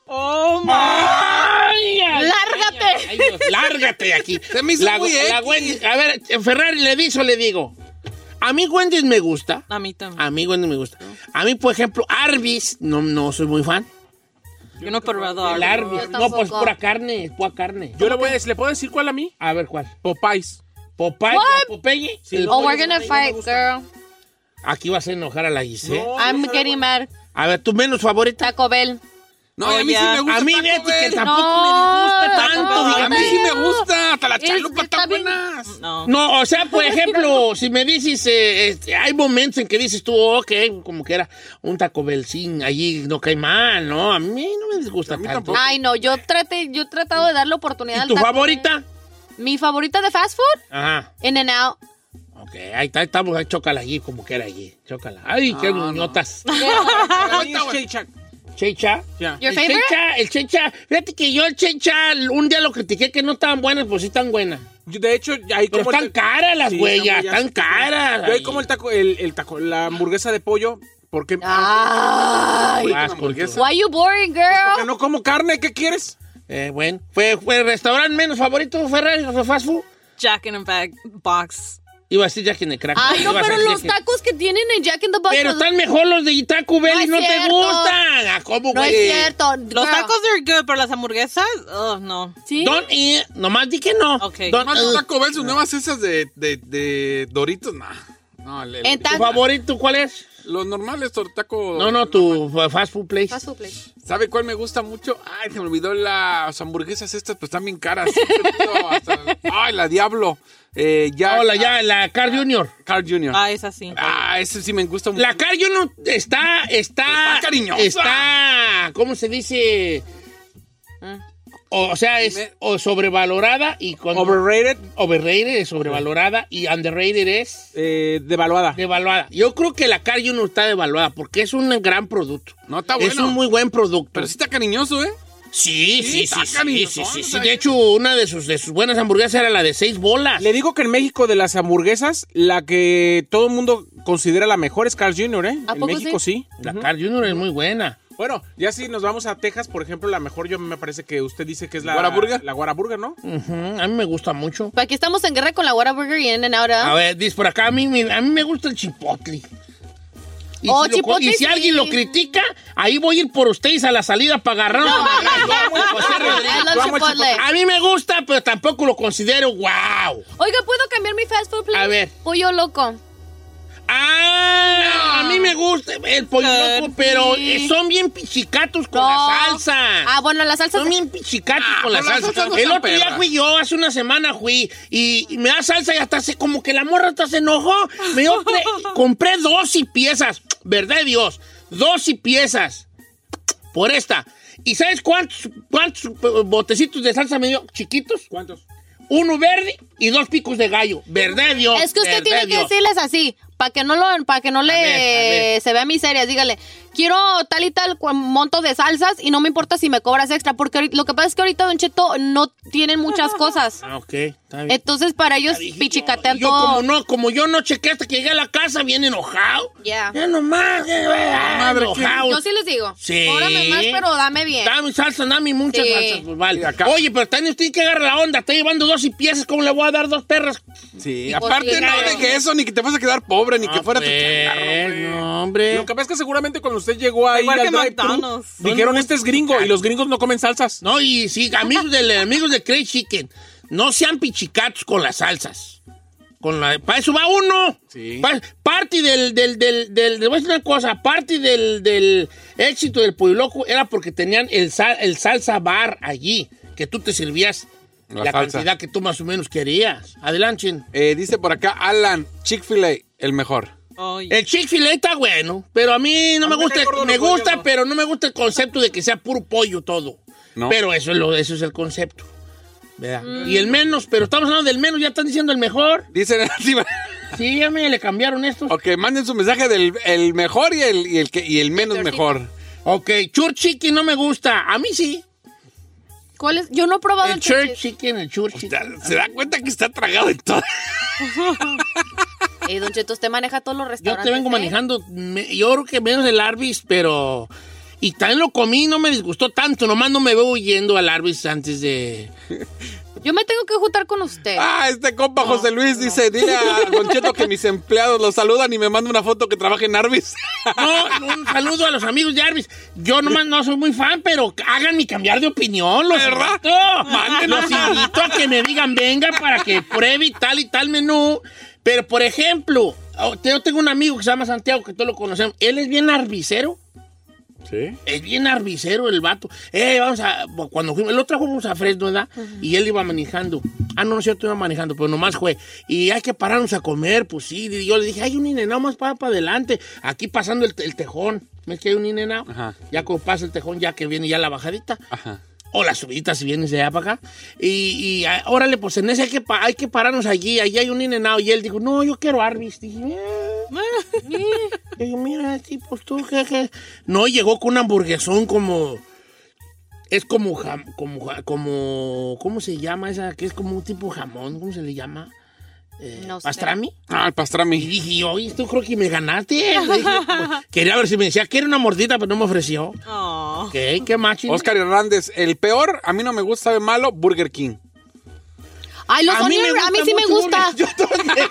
¡Oh, my! ¡Lárgate! ¡Lárgate de aquí! Se me hizo la, muy la X. Wendy's- A ver, eh, Ferrari, ¿le dice o le digo? A mí Wendy's me gusta. A mí también. A mí Wendy's me gusta. A mí, por ejemplo, Arby's, no, no soy muy fan. Yo no he probado El algo. Arby's. No, pues pura carne, es pura carne. Yo le, voy a, ¿le puedo decir cuál a mí? A ver, ¿cuál? Popeyes. ¿Popeye? What? ¿Popeye? El- Oh, we're gonna fight, girl. Aquí vas a enojar a la Giselle. I'm getting mad. A ver, ¿tu menos favorita? Taco Bell. No, Oh, a mí sí ya. me gusta. A mí, Taco Betty, que Bell. tampoco No, me gusta no, tanto. no, A mí dígame. sí me gusta. Hasta la Es- chalupa está está bien- buenas. No. No, o sea, por ejemplo, si me dices, eh, este, hay momentos en que dices tú, ok, como que era un Taco Bell sin allí no cae mal, ¿no? A mí no me disgusta tanto. Ay, no, yo traté, yo he tratado de darle oportunidad ¿Y al tu Taco Bell. favorita? Mi favorita de fast food, Ajá, In and Out. ok, ahí está, estamos, ahí, chócala allí, como que era allí, chócala. Ay, qué niñotas. Para mí es Shake Shack. Checha. Ya. Ah, Your el favorite? checha, el checha, fíjate que yo el checha un día lo critiqué que no estaban buenas, pues sí están buenas. Yo, De hecho, ahí Pero como... el están caras las Sí, huellas, están están caras. Yo ahí ahí. como el taco, el, el taco, la hamburguesa de pollo, porque... Ah. Ay. Vas con tu- Why you boring, Porque girl? no como carne, ¿qué quieres? Eh, bueno, ¿fue, fue el restaurante menos favorito Ferrari, o sea, fast food? Jack in a bag box. Iba a decir Jack in the Crack. Ay, no, Iba a pero decir los que- tacos que tienen en Jack in the Box. Pero no- están mejor los de Taco Bell No y es no te cierto. gustan. ¿A cómo, No es güey? cierto. Los girl. tacos they're good, pero las hamburguesas, oh no. ¿Sí? Don't eat. Nomás di que no. eh, Ok. Don't Más eat. Taco Bell, sus nuevas esas de, de, de Doritos, nah. No, el- el- En ¿Tu tacos. favorito cuál es? los normales, tor- taco. No, no, tu fa- fast food place. Fast food, please. ¿Sabe cuál me gusta mucho? Ay, se me olvidó las hamburguesas estas, pues están bien caras. Siempre pido hasta- Ay, la Diablo. Eh, ya, Hola, ya, la Car Junior. Carl Jr. Ah, es así. Ah, ese sí me gusta mucho. La Car Junior está, está... Está Pues cariñosa. Está, ¿cómo se dice? O, o sea, es o sobrevalorada y... Con, Overrated, overrated es sobrevalorada y underrated es... eh, devaluada. Devaluada. Yo creo que la Car Junior está devaluada porque es un gran producto. No, está Es bueno. un muy buen producto. Pero sí está cariñoso, ¿eh? Sí, sí, sí, está sí, sí, cariñosón, sí, sí, o sí. sea, De hecho, una de sus, de sus buenas hamburguesas era la de seis bolas. Le digo que en México de las hamburguesas, la que todo el mundo considera la mejor es Carl Jr., ¿eh? ¿A en poco México sí. La Car Junior es muy buena. Bueno, ya si nos vamos a Texas, por ejemplo, la mejor yo me parece que usted dice que es la ¿Guaraburger? La guaraburger, ¿no? Ujú, A mí me gusta mucho. Aquí estamos en guerra con la Whataburger y In and Out. ¿ah? A ver, dice por acá, a mí, me- a mí me gusta el chipotle. Y, Oh, si lo- chipotle y si sí. alguien lo critica, ahí voy a ir por ustedes a la salida para agarrar. José Rodríguez. I love Vamos, Chipotle. A mí me gusta, pero tampoco lo considero wow. Oiga, ¿puedo cambiar mi fast food, please? A ver. Pollo loco. ¡Ah! a mí me gusta el pollo loco, pero eh, son bien pichicatos con la salsa. Ah, bueno, la salsa. Son bien pichicatos Ah, con la pero la salsa. salsa no el está otro día perra. fui yo, hace una semana fui, y, y me da salsa y hasta se, como que la morra hasta se enojó. Me dio tre- compré dos y piezas, ¿verdad de Dios? Dos y piezas por esta. ¿Y sabes cuántos, cuántos eh, botecitos de salsa me dio? ¿Chiquitos? ¿Cuántos? Uno verde y dos picos de gallo. ¿Verdad de Dios? Es que usted ¿verdad tiene de que Dios? decirles así, para que no lo, para que no le se vea miseria. Dígale, quiero tal y tal cu- monto de salsas y no me importa si me cobras extra, porque ahorita- lo que pasa es que ahorita Don Cheto no tienen muchas cosas. Ah, ok, está bien. Entonces para ellos pichicatean Yo todo. como no, como yo no chequeé hasta que llegué a la casa bien enojado. Ya. Ya nomás, ya, Ah, ya, Madre, enojado. Yo sí les digo. Sí. Cóbrame más, pero dame bien. Dame salsa, dame muchas Sí. salsas, pues, vale. Oye, pero también usted que agarrar la onda. Está llevando dos y piezas, ¿cómo le voy a dar dos perras? Sí, Pues Y aparte cocinar. no de que eso, ni que te vas a quedar pobre, ni que fuera tu changarro. Ah, pues, hombre. Lo que pasa es que seguramente cuando usted llegó ahí Igual al que drive-thru, McDonald's. dijeron, este es gringo, y los gringos no comen salsas. No, y sí, amigos de, amigos de Crazy Chicken, no sean pichicatos con las salsas. Con la, para eso va uno. Sí. parte del, del, del, del, le voy a decir una cosa, parte del, del éxito del Pollo Loco era porque tenían el, sal- el salsa bar allí, que tú te servías la, La salsa. cantidad que tú más o menos querías. Adelante. Eh, dice por acá, Alan, Chick-fil-A, el mejor. El Chick-fil-A está bueno, pero a mí no me gusta, me gusta, pero no me gusta el concepto de que sea puro pollo todo. ¿No? Pero eso es, lo, eso es el concepto. ¿verdad? Mm. Y el menos, pero estamos hablando del menos, ya están diciendo el mejor. Dicen Sí, ya me le cambiaron estos. Ok, manden su mensaje del el mejor y el, y el, que- y el menos mejor. Ok, Chur Chicken no me gusta. A mí sí. ¿Cuál es? Yo no he probado el, El church chicken, el church chicken. Se da cuenta que está tragado en todo. Eh, Don Cheto, usted maneja todos los Yo restaurantes. te vengo ¿eh? manejando, me- yo creo que menos el Arbis, pero... Y también lo comí, no me disgustó tanto, nomás no me veo huyendo al Arbis antes de... Yo me tengo que juntar con usted. Ah, este compa José Luis dice, dile a Concheto que mis empleados los saludan y me manda una foto que trabaja en Arby's. No, un saludo a los amigos de Arby's. Yo nomás no soy muy fan, pero háganme cambiar de opinión, los ¿verdad? Los invito a que me digan, venga, para que pruebe y tal y tal menú. Pero, por ejemplo, oh, yo tengo un amigo que se llama Santiago, que todos lo conocemos. Él es bien arbicero. Sí. Es bien arbicero el vato. Eh, vamos a. Cuando fuimos, el otro día fuimos a Fresno, ¿verdad? Y él iba manejando. Ah, no, no es cierto, iba manejando, pero nomás fue. Y hay que pararnos a comer, pues sí. Y yo le dije, hay un inenao más para, para adelante. Aquí pasando el, te- el tejón. ¿Ves que hay un inenao? Ajá. Ya como pasa el tejón, ya que viene ya la bajadita. Ajá. O la subidita si vienes de allá para acá. Y, y, ah, órale, pues en ese hay que, pa- hay que pararnos allí. Allí hay un inenao. Y él dijo, no, yo quiero Arby's. Dije, "Ah, eh". Dije, mira, sí, pues tú, jeje. No, llegó con un hamburguesón como... Es como, jam- como, ja- como, ¿cómo se llama esa? Que es como un tipo jamón, ¿cómo se le llama? Eh, No sé. ¿Pastrami? Ah, el pastrami. Y dije, oye, tú creo que me ganaste. Le dije, pues, quería ver si me decía, quiere una mordita, pero no me ofreció. Oh. Ok, qué macho. Oscar Hernández, el peor, a mí no me gusta, sabe malo, Burger King. Ay, los A mí onion me rings, a mí gusta sí me mucho gusta.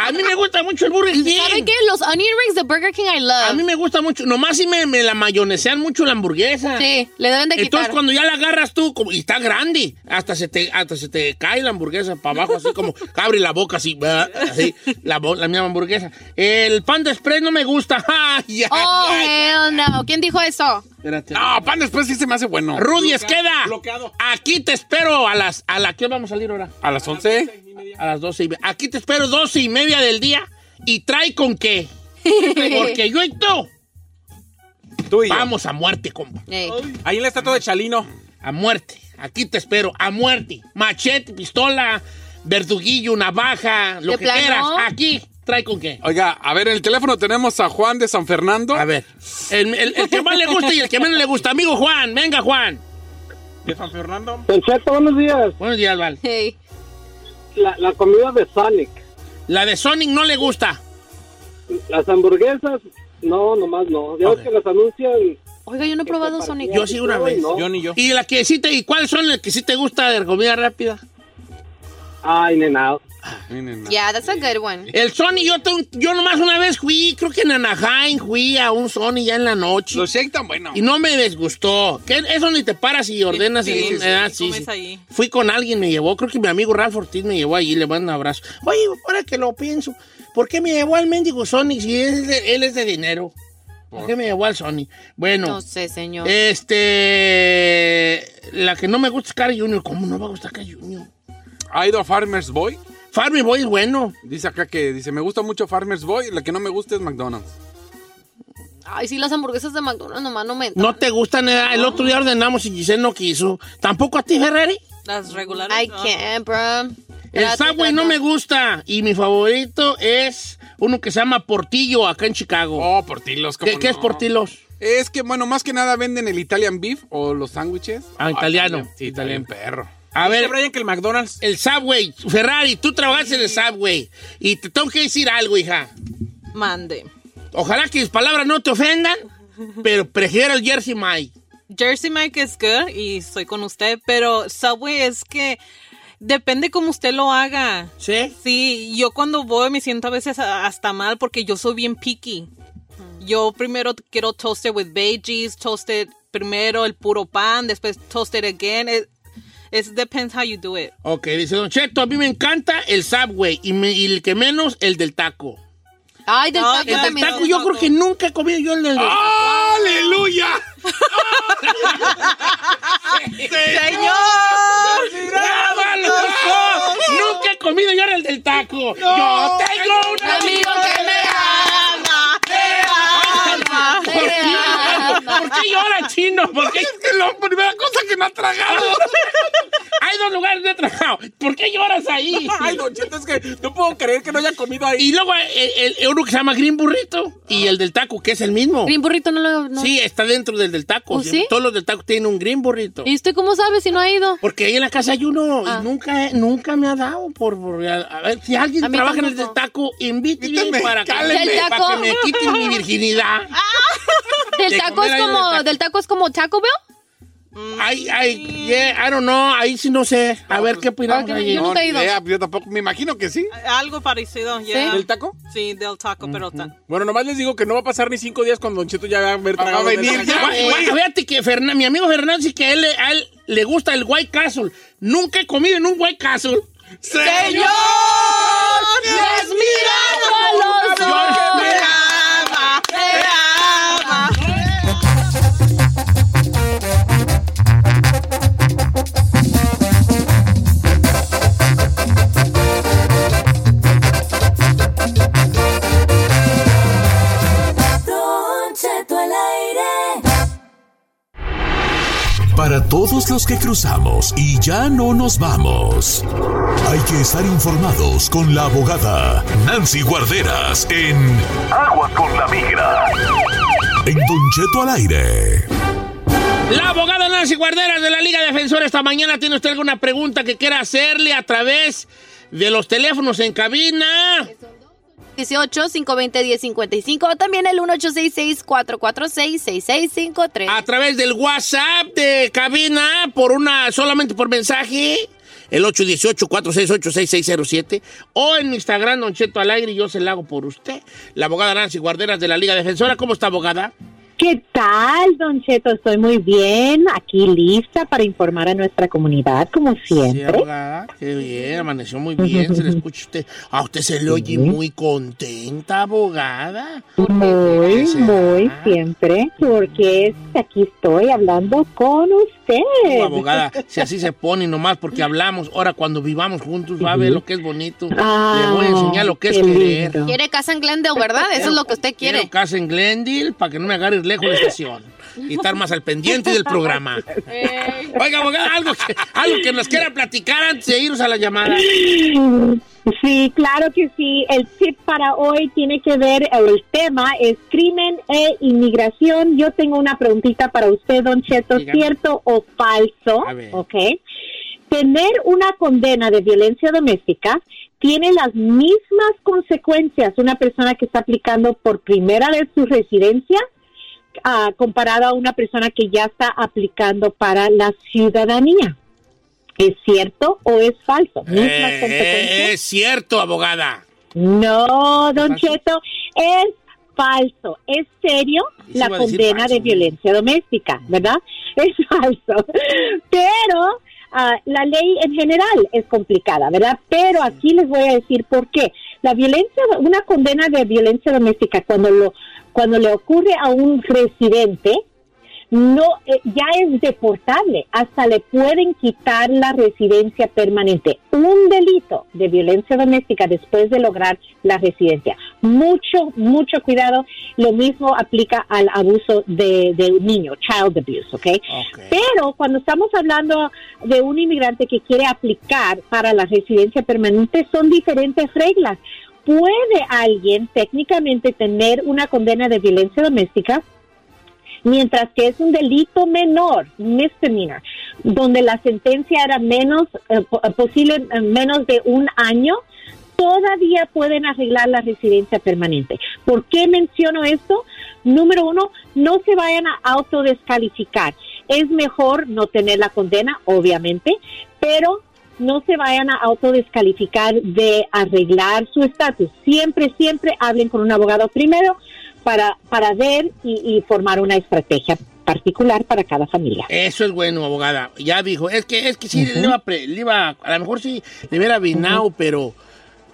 A mí me gusta mucho el Burger King. ¿Sabe qué? Los onion rings de Burger King I love. A mí me gusta mucho. Nomás si me, me la mayonesean mucho la hamburguesa. Sí, le deben de Entonces quitar. cuando ya la agarras tú, como- y está grande, hasta se te, hasta se te cae la hamburguesa para abajo, así como abre la boca así, ah, así la, bo- la misma hamburguesa. El pan de express no me gusta. Ay, ay, Oh, ay. hell no. ¿Quién dijo eso? Espérate. No, pan después sí se me hace bueno. Rudy Esqueda, aquí te espero a las, a la, ¿qué hora vamos a salir ahora? A las 11. A las doce y media. Aquí te espero doce y media del día y trae con qué. Porque yo y tú, Tú y yo. vamos a muerte, compa. Ahí en la estatua de Chalino. A muerte. Aquí te espero. A muerte. Machete, pistola, verduguillo, navaja, lo ¿De que plano? quieras. Aquí. Trae con qué. Oiga, a ver, en el teléfono tenemos a Juan de San Fernando. A ver. El, el- el que más le gusta y el que menos le gusta. Amigo Juan, venga Juan. ¿De San Fernando? Perfecto, buenos días. Buenos días, Val. La, la comida de Sonic, La de Sonic no le gusta. las hamburguesas, no, nomás no. Ya ves que las anuncian. Oiga, yo no he probado Sonic. Yo sí una vez. no. ¿Y la que sí te, y cuáles son las que sí te gusta de comida rápida? Ah, In and Out. Yeah, that's a good one. El Sony, yo, tengo- yo nomás una vez fui, creo que en Anaheim fui a un Sony ya en la noche. Los shake tan bueno. Y no me desgustó. Que eso ni te paras y ordenas. Sí, en sí, un- sí, ah, sí, sí, comes sí. ahí. Fui con alguien, me llevó, creo que mi amigo Ralph Ortiz me llevó allí, le mando un abrazo. Oye, ahora que lo pienso, ¿por qué me llevó al mendigo Sony si es de- él es de dinero? ¿Por qué me llevó al Sony? Bueno. No sé, señor. Eh. Este. La que no me gusta es Cara Junior. ¿Cómo no me gusta Cara Junior? ¿Ha ido a Farmer's Boy? Farmer's Boy es bueno. Dice acá que dice, me gusta mucho Farmer's Boy, la que no me gusta es McDonald's. Ay, sí, las hamburguesas de McDonald's nomás no me... No te gustan, eh? el otro día ordenamos y Giselle no quiso. Tampoco a ti, Ferrari. Las regulares. I can't, bro. El Trato y Subway no me gusta. Y mi favorito es uno que se llama Portillo, acá en Chicago. Oh, Portillos, ¿cómo ¿Qué, qué es no? Portillos? Es que, bueno, más que nada venden el Italian Beef o los sándwiches. Ah, italiano. Sí, italiano, perro. A ver. Brian, que el McDonald's. El Subway. Ferrari, tú trabajas en el Subway. Y te tengo que decir algo, hija. Mande. Ojalá que mis palabras no te ofendan, pero prefiero el Jersey Mike. Jersey Mike es good y estoy con usted, pero Subway es que depende cómo usted lo haga. ¿Sí? Sí, yo cuando voy me siento a veces a- hasta mal porque yo soy bien picky. Yo primero quiero toasted with veggies, toasted primero el puro pan, después toasted again. It, it depends how you do it. Ok, dice Don Cheto, a mí me encanta el Subway y, me- y el que menos, el del taco. Ay, del No, taco yo El del también. taco yo creo que nunca he comido yo el del ¡Aleluya! ¡Señor! ¡Brava, loco! Nunca he comido yo el del taco. Yo tengo un amigo que me ama. ama, ¿Por qué? ¿Por qué llora chino? ¿Por qué? Es la primera cosa que me ha tragado. Hay dos lugares de trabajado. ¿Por qué lloras ahí? Ay, Don Cheto, es que no puedo creer que no haya comido ahí. Y luego eh, el, el- uno que se llama Green Burrito y el del taco, que es el mismo. Green burrito no lo... no- Sí, está dentro del del taco. ¿Oh, sí? Todos los del taco tienen un Green Burrito. ¿Y usted cómo sabe si no ha ido? Porque ahí en la casa hay uno Ah. y nunca, eh, nunca me ha dado por... por- a, a ver, si alguien A mí trabaja en el tampoco. del taco, invíteme Invítame, para que, cáleme. ¿Del para que taco? me quiten mi virginidad. Del de taco comer es ahí en el como... taco. Del taco es como Taco Bell. Ay, ay, yeah, I don't know, ahí sí no sé. A Ah, ver, pues, ¿qué opinamos porque ahí? yo nunca he ni ido. idea, yo tampoco, me imagino que sí. Algo parecido, yeah. ¿Del taco? Sí, del taco, pero ta- Bueno, nomás les digo que no va a pasar ni cinco días cuando Don Cheto ya va a haber Va a tragado. venir del ya. taco. Guay- guay- Fíjate que Fernan- mi amigo Fernando sí que a él, le- a él le gusta el White Castle. Nunca he comido en un White Castle. ¡Señor! ¡Les mira los ojos! Don Cheto al aire. Para todos los que cruzamos y ya no nos vamos, hay que estar informados con la abogada Nancy Guarderas en Aguas con la Migra. En Don Cheto al aire. La abogada Nancy Guarderas de la Liga Defensora esta mañana tiene usted alguna pregunta que quiera hacerle a través de los teléfonos en cabina. 18-520-1055 o también el 1866-446-6653. A través del WhatsApp de cabina por una solamente por mensaje el 818-468-6607 o en Instagram Don Cheto al aire y yo se la hago por usted. La abogada Nancy Guarderas de la Liga Defensora, ¿cómo está abogada? ¿Qué tal, Don Cheto? Estoy muy bien, aquí lista para informar a nuestra comunidad, como Sí, siempre. abogada, qué bien, amaneció muy bien, se le escucha a usted. A usted se le oye muy contenta, abogada. Muy, muy siempre, porque es que aquí estoy hablando con usted. Oh, abogada, si así se pone nomás porque hablamos, ahora cuando vivamos juntos va a ver lo que es bonito. Ah, Le voy a enseñar lo que es qué querer. lindo. Quiere casa en Glendale, ¿verdad? Eso es lo que usted Quiero quiere. casa en Glendale para que no me agarres lejos de la estación y estar más al pendiente del programa. Oiga, abogada, algo que, algo que nos quiera platicar antes de irnos a la llamada. Sí, claro que sí. El tip para hoy tiene que ver, eh, el tema es crimen e inmigración. Yo tengo una preguntita para usted, don Cheto, Dígame. ¿cierto o falso? A ver. Ok. Tener una condena de violencia doméstica tiene las mismas consecuencias una persona que está aplicando por primera vez su residencia ah, comparado a una persona que ya está aplicando para la ciudadanía. ¿Es cierto o es falso? Mismas Eh, eh, es cierto, abogada. No, don Cheto, es falso. Es serio Sí, la iba a decir condena falso, de violencia doméstica, ¿verdad? Es falso. Pero ah, la ley en general es complicada, ¿verdad? Pero aquí les voy a decir por qué. La violencia, una condena de violencia doméstica cuando lo cuando le ocurre a un residente no eh, ya es deportable, hasta le pueden quitar la residencia permanente. Un delito de violencia doméstica después de lograr la residencia. Mucho, mucho cuidado. Lo mismo aplica al abuso de, de un niño, child abuse, ¿ok? Pero cuando estamos hablando de un inmigrante que quiere aplicar para la residencia permanente, son diferentes reglas. Puede alguien técnicamente tener una condena de violencia doméstica mientras que es un delito menor, misdemeanor, donde la sentencia era menos eh, po- posible eh, menos de un año, todavía pueden arreglar la residencia permanente. ¿Por qué menciono esto? Número uno, no se vayan a autodescalificar. Es mejor no tener la condena, obviamente, pero no se vayan a autodescalificar de arreglar su estatus. Siempre, siempre hablen con un abogado primero para, para ver y, y formar una estrategia particular para cada familia. Eso es bueno, abogada. Ya dijo, es que, es que sí, le, iba, a pre- le iba- a lo mejor sí, le hubiera vinado, pero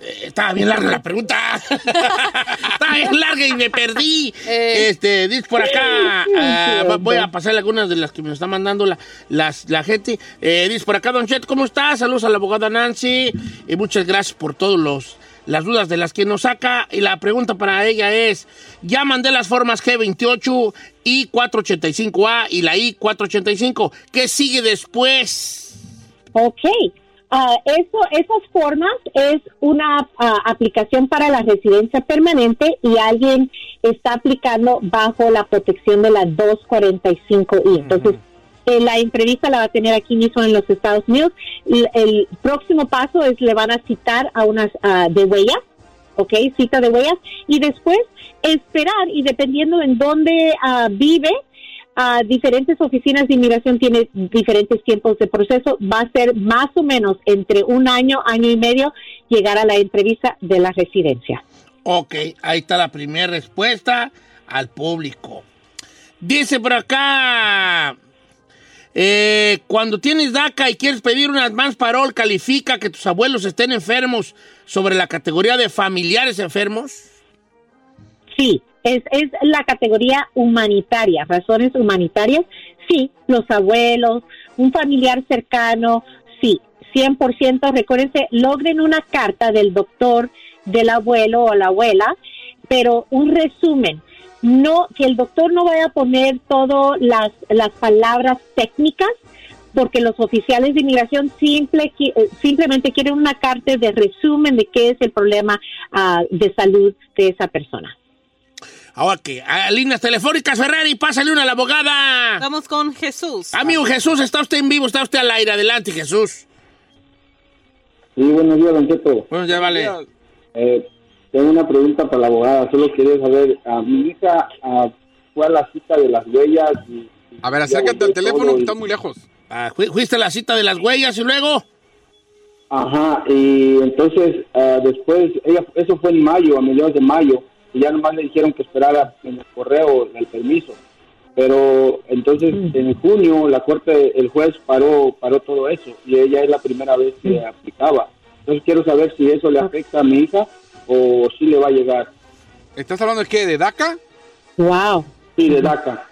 eh, estaba bien larga la pregunta. estaba bien larga y me perdí. Este, dice por acá, ah, va- voy a pasar algunas de las que me está mandando la, las, la gente. Eh, dice por acá, Don Chet, ¿cómo estás? Saludos a la abogada Nancy y muchas gracias por todos los las dudas de las que nos saca y la pregunta para ella es, ya mandé las formas G28 y 485A y la I485, ¿qué sigue después? Ok. Ah, eso, esas formas es una ah, aplicación para la residencia permanente y alguien está aplicando bajo la protección de la 245I. Entonces, eh, la entrevista la va a tener aquí mismo en los Estados Unidos. L- El, próximo paso es le van a citar a unas ah, de huellas ¿ok? Cita de huellas y después esperar y dependiendo en dónde ah, vive, ah, diferentes oficinas de inmigración tienen diferentes tiempos de proceso. Va a ser más o menos entre un año, año y medio llegar a la entrevista de la residencia. Ok, ahí está la primera respuesta al público. Dice por acá, eh, cuando tienes DACA y quieres pedir un advance parol, califica que tus abuelos estén enfermos sobre la categoría de familiares enfermos. Sí, es, es la categoría humanitaria, razones humanitarias. Sí, los abuelos, un familiar cercano, sí, 100%. Recuérdense, logren una carta del doctor, del abuelo o la abuela, pero un resumen. No, que el doctor no vaya a poner todas las, las palabras técnicas, porque los oficiales de inmigración simple, qui- eh, simplemente quieren una carta de resumen de qué es el problema ah, de salud de esa persona. Ahora que, a líneas telefónicas, Ferrari, pásale una a la abogada. Vamos con Jesús. Amigo Jesús, está usted en vivo, está usted al aire. Adelante, Jesús. Sí, buenos días, Don Cheto. Bueno, ya vale. Eh, tengo una pregunta para la abogada. Solo quería saber, a mi hija ah, fue a la cita de las huellas. y- A ver, acércate al teléfono que está muy lejos. Ah, fui- fuiste a la cita de las huellas y luego. Ajá, y entonces ah, después, ella, eso fue en mayo, a mediados de mayo, y ya nomás le dijeron que esperara en el correo el permiso. Pero entonces Mm. en junio la corte, el juez paró, paró todo eso y ella es la primera vez que Mm. aplicaba. Entonces quiero saber si eso le afecta a mi hija o si le va a llegar. ¿Estás hablando de qué? ¿De DACA? Wow. Sí, de DACA.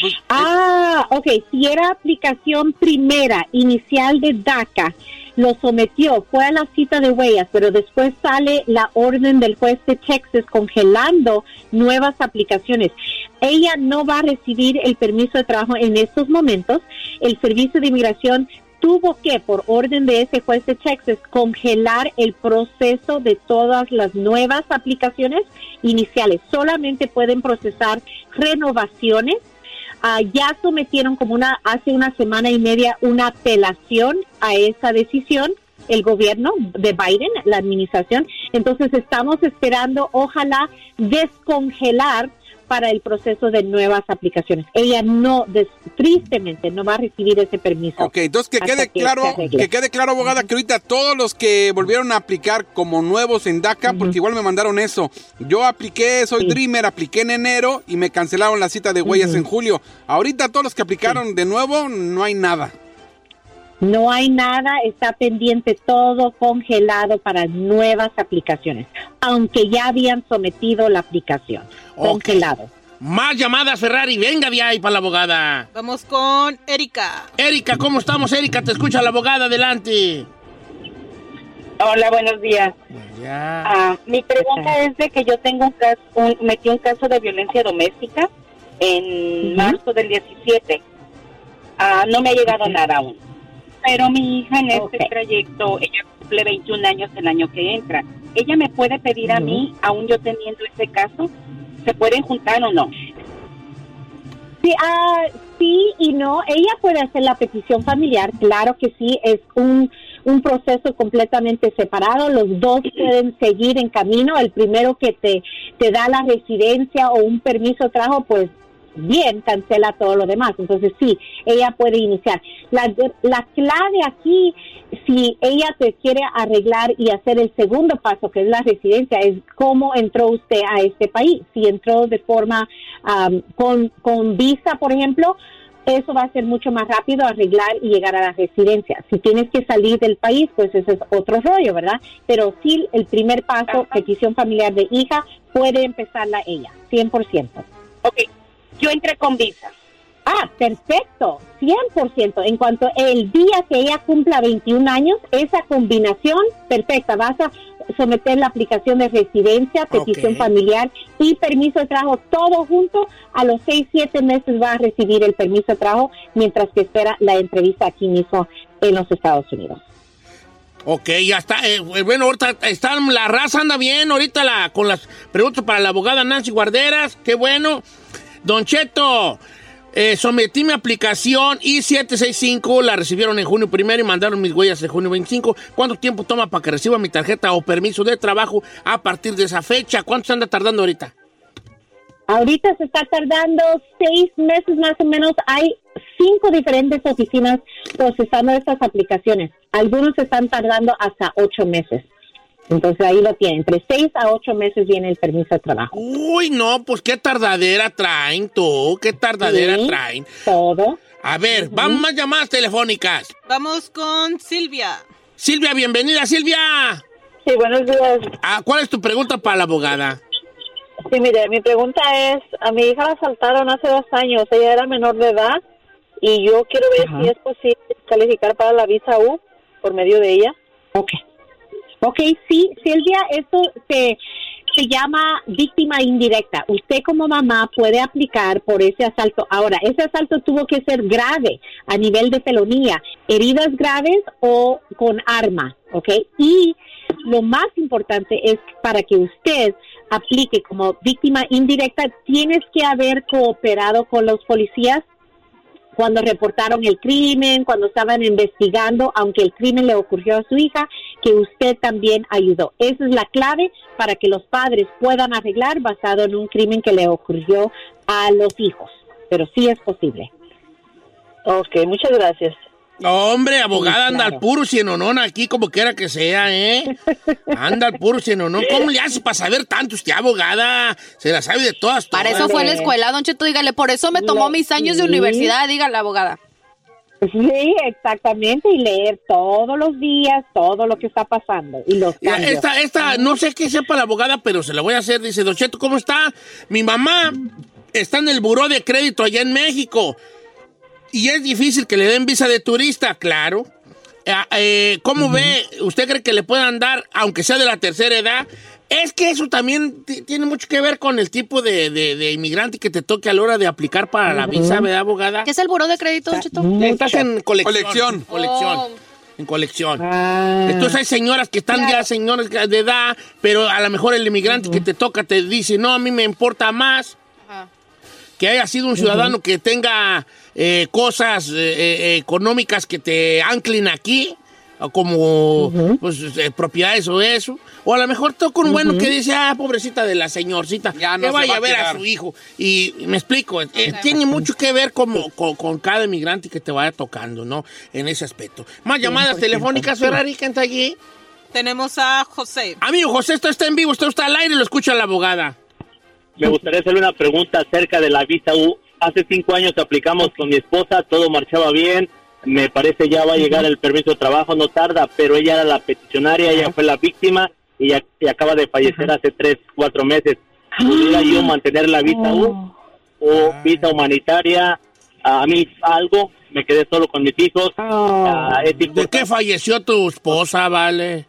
Pues, eh, Ah, ok. Si era aplicación primera, inicial de DACA, lo sometió, fue a la cita de huellas, pero después sale la orden del juez de Texas congelando nuevas aplicaciones. Ella no va a recibir el permiso de trabajo en estos momentos. El Servicio de Inmigración tuvo que, por orden de ese juez de Texas, congelar el proceso de todas las nuevas aplicaciones iniciales. Solamente pueden procesar renovaciones Ah, ya sometieron como una hace una semana y media una apelación a esa decisión el gobierno de Biden, la administración. Entonces estamos esperando, ojalá, descongelar para el proceso de nuevas aplicaciones. Ella no, des- tristemente, no va a recibir ese permiso. Ok, entonces que hasta quede se claro, arregle. que quede claro, abogada, que ahorita todos los que volvieron a aplicar como nuevos en DACA, porque igual me mandaron eso. Yo apliqué, soy Dreamer, apliqué en enero y me cancelaron la cita de huellas Ujú. en julio. Ahorita todos los que aplicaron de nuevo, no hay nada. No hay nada, está pendiente todo congelado para nuevas aplicaciones, aunque ya habían sometido la aplicación. Congelado. Más llamadas, Ferrari. Venga de ahí para la abogada. Vamos con Erika. Erika, ¿cómo estamos, Erika? Te escucha la abogada, adelante. Hola, buenos días. Ah, mi pregunta es de que yo tengo un caso, un- metí un caso de violencia doméstica en marzo del 17. Ah, no me ha llegado nada aún. Pero mi hija en este trayecto, ella cumple 21 años el año que entra. ¿Ella me puede pedir a mí, aún yo teniendo ese caso, se pueden juntar o no? Sí, ah, sí y no. Ella puede hacer la petición familiar, claro que sí, es un, un proceso completamente separado. Los dos pueden seguir en camino. El primero que te, te da la residencia o un permiso trabajo, pues bien, cancela todo lo demás. Entonces sí, ella puede iniciar. La, la clave aquí, si ella te quiere arreglar y hacer el segundo paso, que es la residencia, es cómo entró usted a este país. Si entró de forma am, con, con visa, por ejemplo, eso va a ser mucho más rápido arreglar y llegar a la residencia. Si tienes que salir del país, pues ese es otro rollo, ¿verdad? Pero sí, el primer paso, petición familiar de hija, puede empezarla ella, 100%. Ok, yo entré con visa. Ah, perfecto, 100%. En cuanto el día que ella cumpla 21 años, esa combinación, perfecta, vas a someter la aplicación de residencia, petición Ok. familiar y permiso de trabajo, todo junto, a los 6, 7 meses vas a recibir el permiso de trabajo mientras que espera la entrevista aquí mismo en los Estados Unidos. Ok, ya está. eh, bueno, ahorita está, la raza anda bien. Ahorita la, con las preguntas para la abogada Nancy Guarderas. Qué bueno. Don Cheto, eh, sometí mi aplicación I-765. La recibieron en junio primero y mandaron mis huellas en junio 25. ¿Cuánto tiempo toma para que reciba mi tarjeta o permiso de trabajo a partir de esa fecha? ¿Cuánto se anda tardando ahorita? Ahorita se está tardando seis meses más o menos. Hay cinco diferentes oficinas procesando estas aplicaciones. Algunos se están tardando hasta ocho meses. Entonces ahí lo tiene. Entre seis a ocho meses viene el permiso de trabajo. Uy, no, pues qué tardadera traen, tú. Qué tardadera Sí, traen. Todo. A ver, vamos más llamadas telefónicas. Vamos con Silvia. Silvia, bienvenida, Silvia. Sí, buenos días. Ah, ¿Cuál es tu pregunta para la abogada? Sí, mire, mi pregunta es, a mi hija la asaltaron hace dos años, ella era menor de edad y yo quiero ver si es posible calificar para la visa U por medio de ella. Ok, sí, Silvia, esto se, se llama víctima indirecta. Usted como mamá puede aplicar por ese asalto. Ahora, ese asalto tuvo que ser grave a nivel de felonía, heridas graves o con arma, ¿ok? Y lo más importante es que para que usted aplique como víctima indirecta, tienes que haber cooperado con los policías cuando reportaron el crimen, cuando estaban investigando, aunque el crimen le ocurrió a su hija, que usted también ayudó. Esa es la clave para que los padres puedan arreglar basado en un crimen que le ocurrió a los hijos. Pero sí es posible. Ok, muchas gracias. No, hombre, abogada Sí, anda claro. al puro cienonón aquí, como quiera que sea, ¿eh? Anda al puro cienonón. ¿Cómo le hace para saber tanto usted, abogada? Se la sabe de todas, Para eso fue la escuela, don Cheto, dígale, por eso me tomó Le- mis años de sí. universidad, dígale, abogada. Pues Sí, exactamente, y leer todos los días todo lo que está pasando y los Ya, cambios. Esta, esta, no sé qué sepa la abogada, pero se la voy a hacer. Dice, Don Cheto, ¿cómo está? Mi mamá está en el buró de crédito allá en México. Y es difícil que le den visa de turista, claro. Eh, eh, ¿Cómo ve? ¿Usted cree que le puedan dar, aunque sea de la tercera edad? Es que eso también ti- tiene mucho que ver con el tipo de, de- de inmigrante que te toque a la hora de aplicar para la visa, ¿verdad, abogada? ¿Qué es el buró de crédito, don Cheto? Estás en colección. Colección. Colección. En colección. Entonces hay señoras que están ya señoras de edad, pero a lo mejor el inmigrante que te toca te dice, no, a mí me importa más que haya sido un ciudadano que tenga eh, cosas eh, eh, económicas que te anclen aquí o como pues, eh, propiedades o eso. O a lo mejor toca un bueno que dice, ah, pobrecita de la señorcita, no que se vaya va a a ver a quedar. su hijo. Y me explico, eh, eh, tiene mucho que ver como, con, con cada inmigrante que te vaya tocando, ¿no? En ese aspecto. Más llamadas 100%. telefónicas, Ferrari, ¿quién está allí? Tenemos a José. Amigo José, esto está en vivo, esto está al aire, lo escucha la abogada. Me gustaría hacerle una pregunta acerca de la visa U. Hace cinco años aplicamos con mi esposa, todo marchaba bien. Me parece ya va a llegar el permiso de trabajo, no tarda, pero ella era la peticionaria, ella fue la víctima y, ac- y acaba de fallecer hace tres, cuatro meses. ¿Pudiera yo mantener la visa U o visa humanitaria? A mí algo, me quedé solo con mis hijos. Ah, es ¿De qué falleció tu esposa, vale?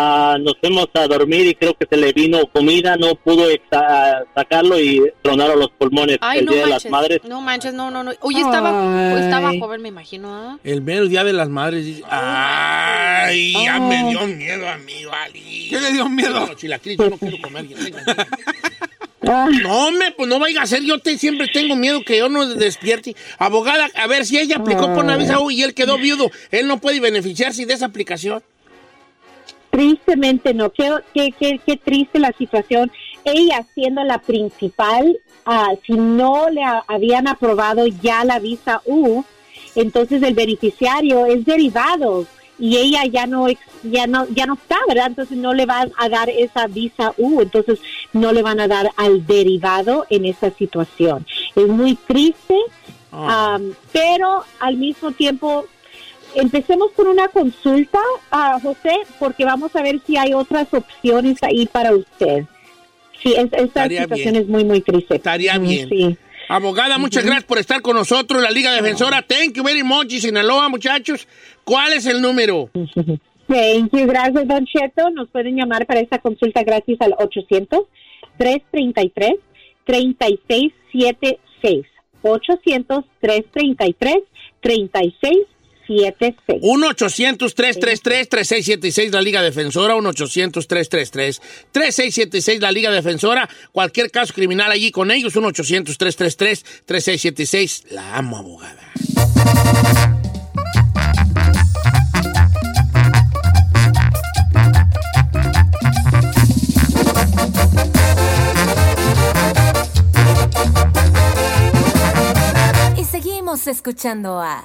Ah, nos fuimos a dormir y creo que se le vino comida, no pudo exa- sacarlo y tronaron los pulmones Ay, el no día de manches. las madres. No manches, no, no, no. Oye, estaba, pues, Ay. estaba joven, me imagino. ¿ah? El mero día de las madres. dice, Ay, ya me dio miedo a mí, vale. ¿Qué le dio miedo? No, chilaquiles, yo no quiero comer. yo tengo miedo. No, me, pues no vaya a ser. Yo te- siempre tengo miedo que yo no despierte. Abogada, a ver si ella aplicó por una visa U y él quedó viudo. Él no puede beneficiarse de esa aplicación. Tristemente no, qué, qué, qué, qué triste la situación. Ella siendo la principal, ah, si no le a- habían aprobado ya la visa U, entonces el beneficiario es derivado y ella ya no ex- ya no ya no está, ¿verdad? Entonces no le van a dar esa visa U, entonces no le van a dar al derivado en esta situación. Es muy triste, Ah. am, pero al mismo tiempo empecemos con una consulta, ah, José, porque vamos a ver si hay otras opciones ahí para usted. Sí, es- esta Estaría situación bien. es muy, muy triste. Estaría bien. Sí. Abogada, muchas gracias por estar con nosotros. La Liga Defensora, thank you very much. Y Sinaloa, muchachos, ¿cuál es el número? Thank you. Gracias, Don Cheto. Nos pueden llamar para esta consulta gratis al 800-333-3676. 800-333-3676. 1-800-333-3676, la Liga Defensora. 1-800-333-3676, la Liga Defensora. Cualquier caso criminal allí con ellos. 1-800-333-3676. La amo, abogada. Y seguimos escuchando a